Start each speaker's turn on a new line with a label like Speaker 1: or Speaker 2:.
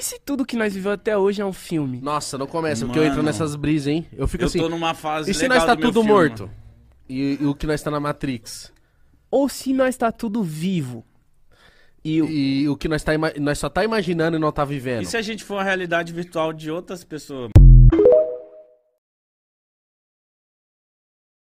Speaker 1: se tudo que nós vivemos até hoje é um filme?
Speaker 2: Nossa, não começa, porque eu
Speaker 3: Mano.
Speaker 2: entro nessas brisas, hein? Eu fico
Speaker 3: Eu
Speaker 2: assim.
Speaker 3: tô numa fase
Speaker 2: E se
Speaker 3: legal
Speaker 2: nós tá
Speaker 3: do meu
Speaker 2: tudo
Speaker 3: filme,
Speaker 2: morto?
Speaker 3: mano.
Speaker 2: E, e o que nós tá na Matrix?
Speaker 1: Ou se nós tá tudo vivo? E o-
Speaker 2: E o que nós, tá, ima- nós só tá imaginando e não tá vivendo?
Speaker 3: E se a gente for a realidade virtual de outras pessoas?